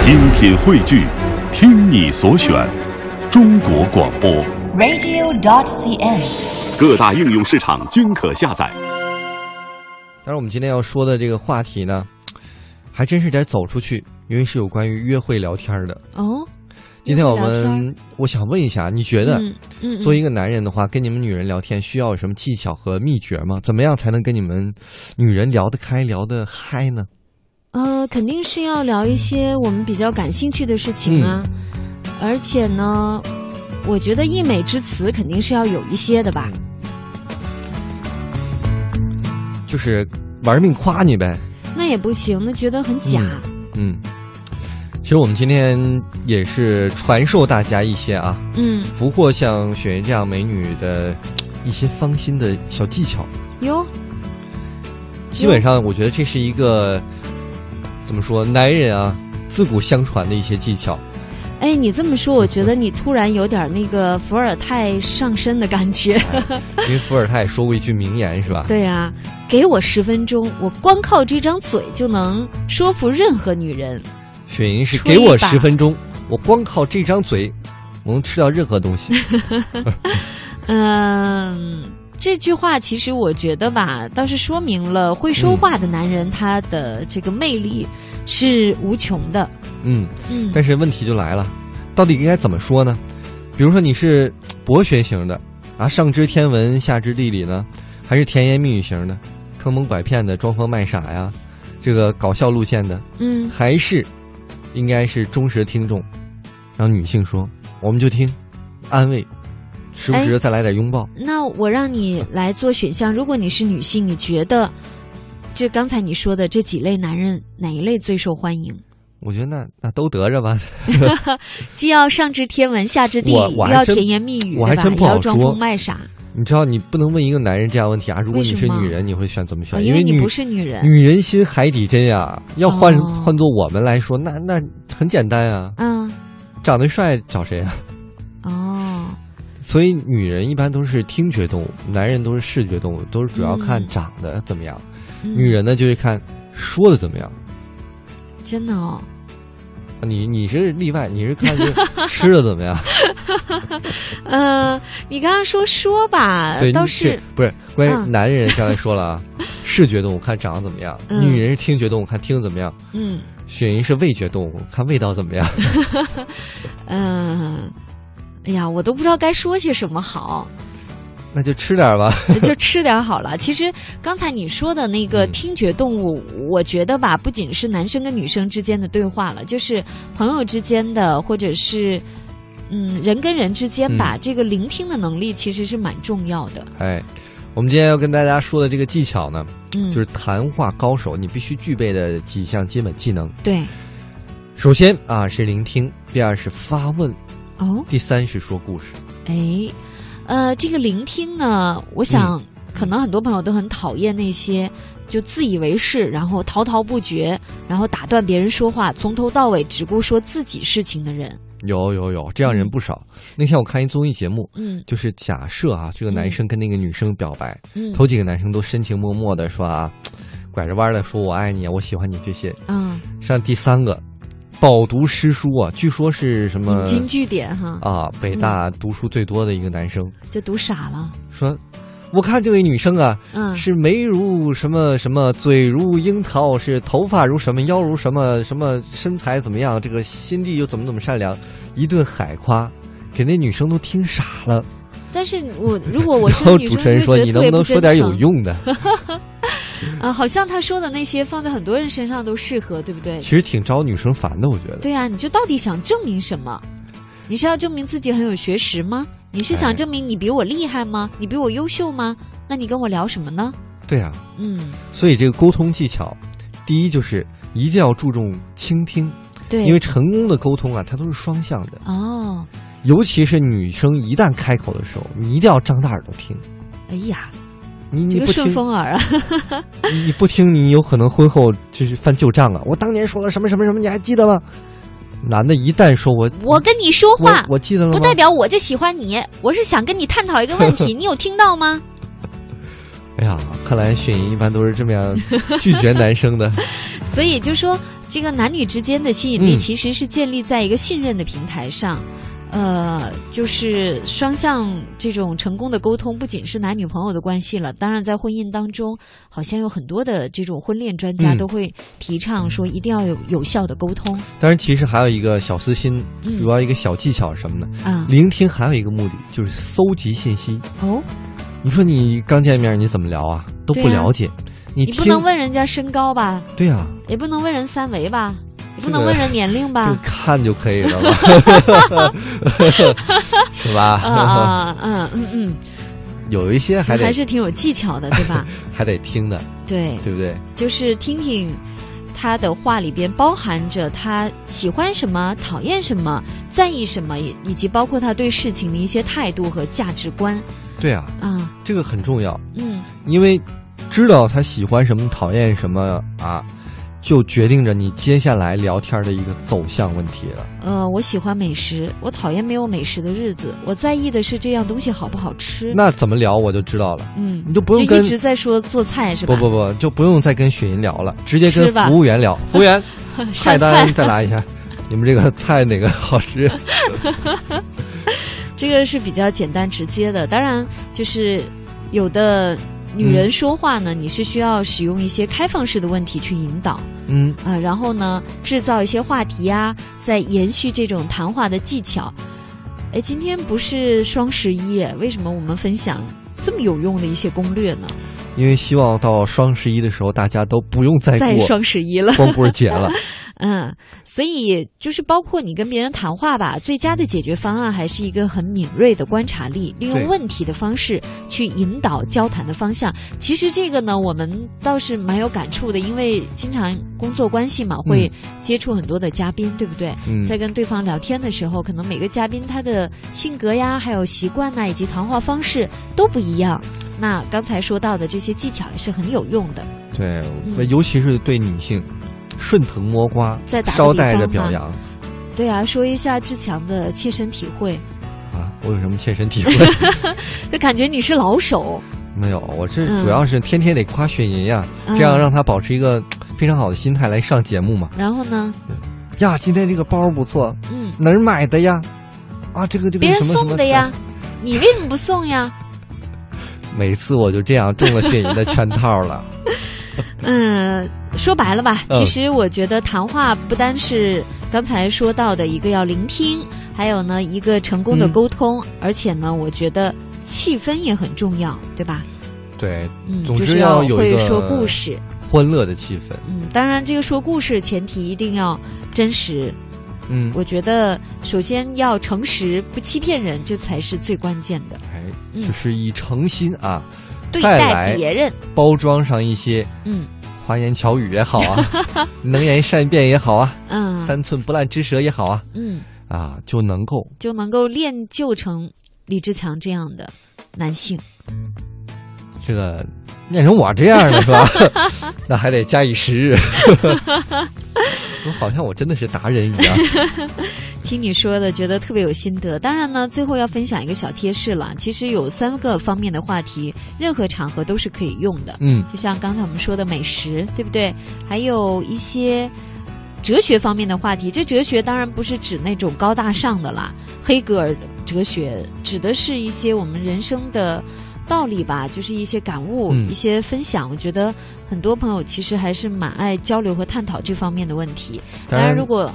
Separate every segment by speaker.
Speaker 1: 精品汇聚，听你所选，中国广播。
Speaker 2: radio.cn。
Speaker 1: 各大应用市场均可下载。
Speaker 3: 但是我们今天要说的这个话题呢，还真是得走出去，因为是有关于约会聊天儿的。
Speaker 4: 哦，
Speaker 3: 今天我
Speaker 4: 约会聊天
Speaker 3: 们我想问一下，你觉得
Speaker 4: 嗯嗯，
Speaker 3: 作
Speaker 4: 以
Speaker 3: 为一个男人的话，跟你们女人聊天需要有什么技巧和秘诀吗？怎么样才能跟你们女人聊得开、聊得嗨呢？
Speaker 4: 呃，肯定是要聊一些我们比较感兴趣的事情啊，而且呢，我觉得溢美之词肯定是要有一些的吧。
Speaker 3: 就是玩命夸你呗。
Speaker 4: 那也不行，那觉得很假。
Speaker 3: 嗯，其实我们今天也是传授大家一些啊，
Speaker 4: 嗯，
Speaker 3: 俘获像雪云这样美女的一些芳心的小技巧。
Speaker 4: 哟，
Speaker 3: 基本上，我觉得这是一个怎么说，男人啊，自古相传的一些技巧。
Speaker 4: 哎，你这么说，我觉得你突然有点那个伏尔泰上身的感觉。
Speaker 3: 因为伏尔泰说过一句名言，是吧？
Speaker 4: 对呀、给我十分钟，我光靠这张嘴就能说服任何女人。
Speaker 3: 雪莹是
Speaker 4: 吹
Speaker 3: 给我
Speaker 4: 吧
Speaker 3: 十分钟，我光靠这张嘴，我能吃掉任何东 西。
Speaker 4: 嗯，这句话其实我觉得吧，倒是说明了会说话的男人他的这个魅力是无穷的。
Speaker 3: 嗯，
Speaker 4: 嗯
Speaker 3: 但是问题就来了，到底应该怎么说呢？比如说你是博学型的啊，上知天文下知地理呢，还是甜言蜜语型的，坑蒙拐骗的，装疯卖傻呀，这个搞笑路线的，
Speaker 4: 嗯
Speaker 3: 还是应该是忠实听众，让女性说，我们就听，安慰，时不时
Speaker 4: 哎
Speaker 3: 再来点拥抱。
Speaker 4: 那我让你来做选项，如果你是女性，你觉得这刚才你说的这几类男人哪一类最受欢迎？
Speaker 3: 我觉得那那都得着吧，
Speaker 4: 既要上知天文下知地
Speaker 3: 我
Speaker 4: 理，
Speaker 3: 我
Speaker 4: 又
Speaker 3: 还
Speaker 4: 要
Speaker 3: 真
Speaker 4: 甜言蜜语，
Speaker 3: 我还
Speaker 4: 对吧？
Speaker 3: 真不
Speaker 4: 也要
Speaker 3: 好
Speaker 4: 装
Speaker 3: 说
Speaker 4: 疯卖傻，
Speaker 3: 你知道你不能问一个男人这样问题啊。如果你
Speaker 4: 为
Speaker 3: 是
Speaker 4: 什么
Speaker 3: 女人，你会选怎么
Speaker 4: 啊
Speaker 3: 选？
Speaker 4: 因
Speaker 3: 为
Speaker 4: 你
Speaker 3: 女
Speaker 4: 不是女人。
Speaker 3: 女人心海底针呀。要换、
Speaker 4: 哦
Speaker 3: 换做我们来说，那那很简单啊，
Speaker 4: 嗯
Speaker 3: 长得帅找谁啊？
Speaker 4: 哦，
Speaker 3: 所以女人一般都是听觉动物，男人都是视觉动物，都是主要看
Speaker 4: 嗯
Speaker 3: 长得怎么样。
Speaker 4: 嗯
Speaker 3: 女人呢就是看说的怎么样。
Speaker 4: 真的哦。
Speaker 3: 你你是例外，你是看这吃的怎 么样？
Speaker 4: 呃，你刚刚说说吧，
Speaker 3: 对，
Speaker 4: 倒
Speaker 3: 你
Speaker 4: 哎是
Speaker 3: 不是？关于
Speaker 4: 嗯
Speaker 3: 男人刚才说了 啊，视觉动物看长得怎么样，
Speaker 4: 嗯
Speaker 3: 女人是听觉动物看听得怎么样，
Speaker 4: 嗯
Speaker 3: 雪莹是味觉动物看味道怎 么样。
Speaker 4: 嗯、呃哎呀，我都不知道该说些什么好，
Speaker 3: 那就吃点儿吧。
Speaker 4: 就吃点儿好了。其实刚才你说的那个
Speaker 3: 嗯
Speaker 4: 听觉动物，我觉得吧，不仅是男生跟女生之间的对话了，就是朋友之间的，或者是。嗯，人跟人之间吧，
Speaker 3: 嗯
Speaker 4: 这个聆听的能力其实是蛮重要的。
Speaker 3: 哎，我们今天要跟大家说的这个技巧呢，
Speaker 4: 嗯，
Speaker 3: 就是谈话高手你必须具备的几项基本技能。
Speaker 4: 对
Speaker 3: 首先啊是聆听，第二是发问，
Speaker 4: 哦，
Speaker 3: 第三是说故事。
Speaker 4: 哎，呃，这个聆听呢，我想、可能很多朋友都很讨厌那些就自以为是，然后滔滔不绝，然后打断别人说话，从头到尾只顾说自己事情的人。
Speaker 3: 有有有，这样人不少。那天我看一综艺节目，
Speaker 4: 嗯
Speaker 3: 就是假设啊，这个男生跟那个女生表白，
Speaker 4: 嗯
Speaker 3: 头几个男生都深情脉脉的说啊，拐着弯的说我爱你，我喜欢你这些。
Speaker 4: 嗯，
Speaker 3: 上第三个，饱读诗书啊，据说是什么
Speaker 4: 引经据典哈，
Speaker 3: 啊，北
Speaker 4: 嗯
Speaker 3: 大读书最多的一个男生、
Speaker 4: 就读傻了。
Speaker 3: 说，我看这位女生啊，
Speaker 4: 嗯，
Speaker 3: 是眉如什么什么，嘴如樱桃，是头发如什么，腰如什么什么，身材怎么样，这个心地又怎么怎么善良，一顿海夸，给那女生都听傻了。
Speaker 4: 但是我如果我
Speaker 3: 然
Speaker 4: 是
Speaker 3: 后
Speaker 4: 女
Speaker 3: 主
Speaker 4: 生，
Speaker 3: 持人说：“
Speaker 4: 就
Speaker 3: 你
Speaker 4: 觉得
Speaker 3: 能不能说
Speaker 4: 特别真
Speaker 3: 点有
Speaker 4: 诚
Speaker 3: 用的
Speaker 4: 啊？好像他说的那些放在很多人身上都适合，对不对？”？
Speaker 3: 其实挺招女生烦的，我觉得。
Speaker 4: 对呀、啊你就到底想证明什么？你是要证明自己很有学识吗？你是
Speaker 3: 哎
Speaker 4: 想证明你比我厉害吗？你比我优秀吗？那你跟我聊什么呢？
Speaker 3: 对啊，
Speaker 4: 嗯，
Speaker 3: 所以这个沟通技巧，第一就是一定要注重倾听，
Speaker 4: 对，
Speaker 3: 因为成功的沟通啊，它都是双向的。
Speaker 4: 哦，
Speaker 3: 尤其是女生一旦开口的时候，你一定要张大耳朵听。
Speaker 4: 哎呀，
Speaker 3: 你
Speaker 4: 这
Speaker 3: 你
Speaker 4: 个
Speaker 3: 不
Speaker 4: 顺
Speaker 3: 听，
Speaker 4: 风耳啊，
Speaker 3: 你你不听，你有可能婚后就是翻旧账啊了。我当年说了什么什么什么，你还记得吗？男的一旦说我
Speaker 4: 我跟你说
Speaker 3: 我
Speaker 4: 话
Speaker 3: 我记得了
Speaker 4: 不
Speaker 3: 吗？
Speaker 4: 代表我就喜欢你，我是想跟你探讨一个问 题，你有听到吗？
Speaker 3: 哎呀，看来雪莹一般都是这么样拒绝男生的。
Speaker 4: 所以就说这个男女之间的吸引力
Speaker 3: 嗯
Speaker 4: 其实是建立在一个信任的平台上。呃，就是双向这种成功的沟通，不仅是男女朋友的关系了，当然在婚姻当中，好像有很多的这种婚恋专家
Speaker 3: 嗯
Speaker 4: 都会提倡说，一定要有有效的沟通
Speaker 3: 当然，其实还有一个小私心，
Speaker 4: 嗯
Speaker 3: 主要一个小技巧什么的。
Speaker 4: 啊。
Speaker 3: 聆听还有一个目的就是搜集信息。
Speaker 4: 哦，
Speaker 3: 你说你刚见面你怎么聊啊？都不
Speaker 4: 对呀
Speaker 3: 了解，你
Speaker 4: 你不
Speaker 3: 听
Speaker 4: 能问人家身高吧，
Speaker 3: 对啊呀、
Speaker 4: 也不能问人三围吧，也不
Speaker 3: 这
Speaker 4: 能
Speaker 3: 个
Speaker 4: 问人年龄 吧。
Speaker 3: 就看就可以了 吧，是吧？
Speaker 4: 啊啊嗯嗯
Speaker 3: 有一些
Speaker 4: 嗯，
Speaker 3: 还得
Speaker 4: 还是挺有技巧的，对 吧？
Speaker 3: 还得听的，
Speaker 4: 对，啊
Speaker 3: 对不对？
Speaker 4: 就是听听他的话里边包含着他喜欢什么、讨厌什么、在意什么，以以及包括他对事情的一些态度和价值观
Speaker 3: 对啊，
Speaker 4: 啊。
Speaker 3: 这个很重要，
Speaker 4: 嗯
Speaker 3: 因为知道他喜欢什么、讨厌什么啊，就决定着你接下来聊天的一个走向问题了。
Speaker 4: 呃，我喜欢美食，我讨厌没有美食的日子，我在意的是这样东西好不好吃。
Speaker 3: 那怎么聊我就知道了，
Speaker 4: 嗯，
Speaker 3: 你就不
Speaker 4: 就
Speaker 3: 用跟
Speaker 4: 一直在说做菜是吧？
Speaker 3: 不不不，就不用再跟雪银聊了，直接
Speaker 4: 吃
Speaker 3: 跟
Speaker 4: 吧
Speaker 3: 服务 员聊。服务员，菜
Speaker 4: 上
Speaker 3: 单
Speaker 4: 菜
Speaker 3: 再来一下，你们这个菜哪个好 吃？
Speaker 4: 这个是比较简单直接的。当然，就是有的女人说话呢，你是需要使用一些开放式的问题去引导
Speaker 3: 嗯，
Speaker 4: 啊、然后呢，制造一些话题啊，再延续这种谈话的技巧。哎，今天不是双十一，为什么我们分享这么有用的一些攻略呢？
Speaker 3: 因为希望到双十一的时候，大家都不用再
Speaker 4: 在
Speaker 3: 过
Speaker 4: 双十一了，
Speaker 3: 光棍节 了。
Speaker 4: 嗯，所以就是包括你跟别人谈话吧，最佳的解决方案还是一个很敏锐的观察力，利用
Speaker 3: 对
Speaker 4: 问题的方式去引导交谈的方向。其实这个呢，我们倒是蛮有感触的，因为经常工作关系嘛，会接触很多的嘉宾，对不对？
Speaker 3: 嗯，
Speaker 4: 在跟对方聊天的时候，可能每个嘉宾他的性格呀，还有习惯呐、以及谈话方式都不一样。那刚才说到的这些技巧也是很有用的。
Speaker 3: 对，
Speaker 4: 嗯
Speaker 3: 尤其是对女性，顺藤摸瓜
Speaker 4: 再，打个
Speaker 3: 捎
Speaker 4: 比
Speaker 3: 带着
Speaker 4: 方
Speaker 3: 表
Speaker 4: 哈
Speaker 3: 扬
Speaker 4: 对啊，说一下志强的切身体会。
Speaker 3: 啊！我有什么切身 体会？
Speaker 4: 就感觉你是老手，
Speaker 3: 没有，我这
Speaker 4: 嗯
Speaker 3: 主要是天天得夸雪银呀，
Speaker 4: 嗯
Speaker 3: 这样让她保持一个非常好的心态来上节目嘛。
Speaker 4: 然后呢，
Speaker 3: 呀，今天这个包不错，
Speaker 4: 嗯，
Speaker 3: 哪儿买的呀？啊，这个这个
Speaker 4: 别人
Speaker 3: 什么什么
Speaker 4: 送的呀，你为什么不送呀？
Speaker 3: 每次我就这样中了雪银的圈套 了。
Speaker 4: 嗯，说白了吧，
Speaker 3: 嗯
Speaker 4: 其实我觉得谈话不单是刚才说到的一个要聆听，还有呢一个成功的
Speaker 3: 嗯
Speaker 4: 沟通，而且呢，我觉得气氛也很重要，对吧？
Speaker 3: 对，
Speaker 4: 嗯，
Speaker 3: 总
Speaker 4: 就
Speaker 3: 之
Speaker 4: 是
Speaker 3: 要有一
Speaker 4: 会
Speaker 3: 个
Speaker 4: 说故事，
Speaker 3: 欢乐的气氛，
Speaker 4: 嗯，当然这个说故事前提一定要真实，
Speaker 3: 嗯，
Speaker 4: 我觉得首先要诚实，不欺骗人，这才是最关键的，
Speaker 3: 哎，
Speaker 4: 嗯
Speaker 3: 就是以诚心啊，
Speaker 4: 对
Speaker 3: 再
Speaker 4: 待
Speaker 3: 来
Speaker 4: 别人，
Speaker 3: 包装上一些
Speaker 4: 嗯
Speaker 3: 花言巧语也好啊， 能言善辩也好啊，
Speaker 4: 嗯
Speaker 3: 三寸不烂之舌也好啊，
Speaker 4: 嗯。
Speaker 3: 啊，就能够
Speaker 4: 就能够练就成李志强这样的男性。
Speaker 3: 这个练成我这样的是吧？ 那还得假以时日。 我好像我真的是达人一 样，
Speaker 4: 听你说的，觉得特别有心得。当然呢，最后要分享一个小贴士了。其实有三个方面的话题，任何场合都是可以用的。
Speaker 3: 嗯，
Speaker 4: 就像刚才我们说的美食，对不对？还有一些哲学方面的话题。这哲学当然不是指那种高大上的啦，黑格尔哲学指的是一些我们人生的道理吧，就是一些感悟、
Speaker 3: 嗯
Speaker 4: 一些分享。我觉得很多朋友其实还是蛮爱交流和探讨这方面的问题。当
Speaker 3: 当
Speaker 4: 然，
Speaker 3: 然
Speaker 4: 如果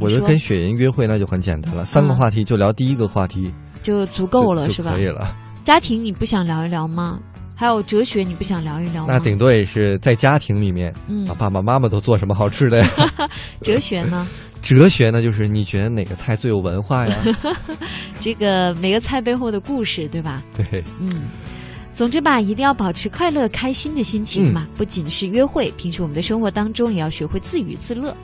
Speaker 3: 我觉得跟雪人约会那就很简单了，三个话题就聊第一个话题
Speaker 4: 就足嗯够了，
Speaker 3: 就是就
Speaker 4: 吧
Speaker 3: 可？以了。
Speaker 4: 家庭你不想聊一聊吗？还有哲学你不想聊一聊吗？
Speaker 3: 那顶多也是在家庭里面
Speaker 4: 哦嗯
Speaker 3: 啊，，爸爸妈妈都做什么好吃的呀？
Speaker 4: 哲学呢？
Speaker 3: 哲学呢，就是你觉得哪个菜最有文 化呀？
Speaker 4: 这个每个菜背后的故事，对吧？
Speaker 3: 对，
Speaker 4: 嗯，总之吧，一定要保持快乐、开心的心情
Speaker 3: 嗯
Speaker 4: 嘛。不仅是约会，平时我们的生活当中也要学会自娱自乐。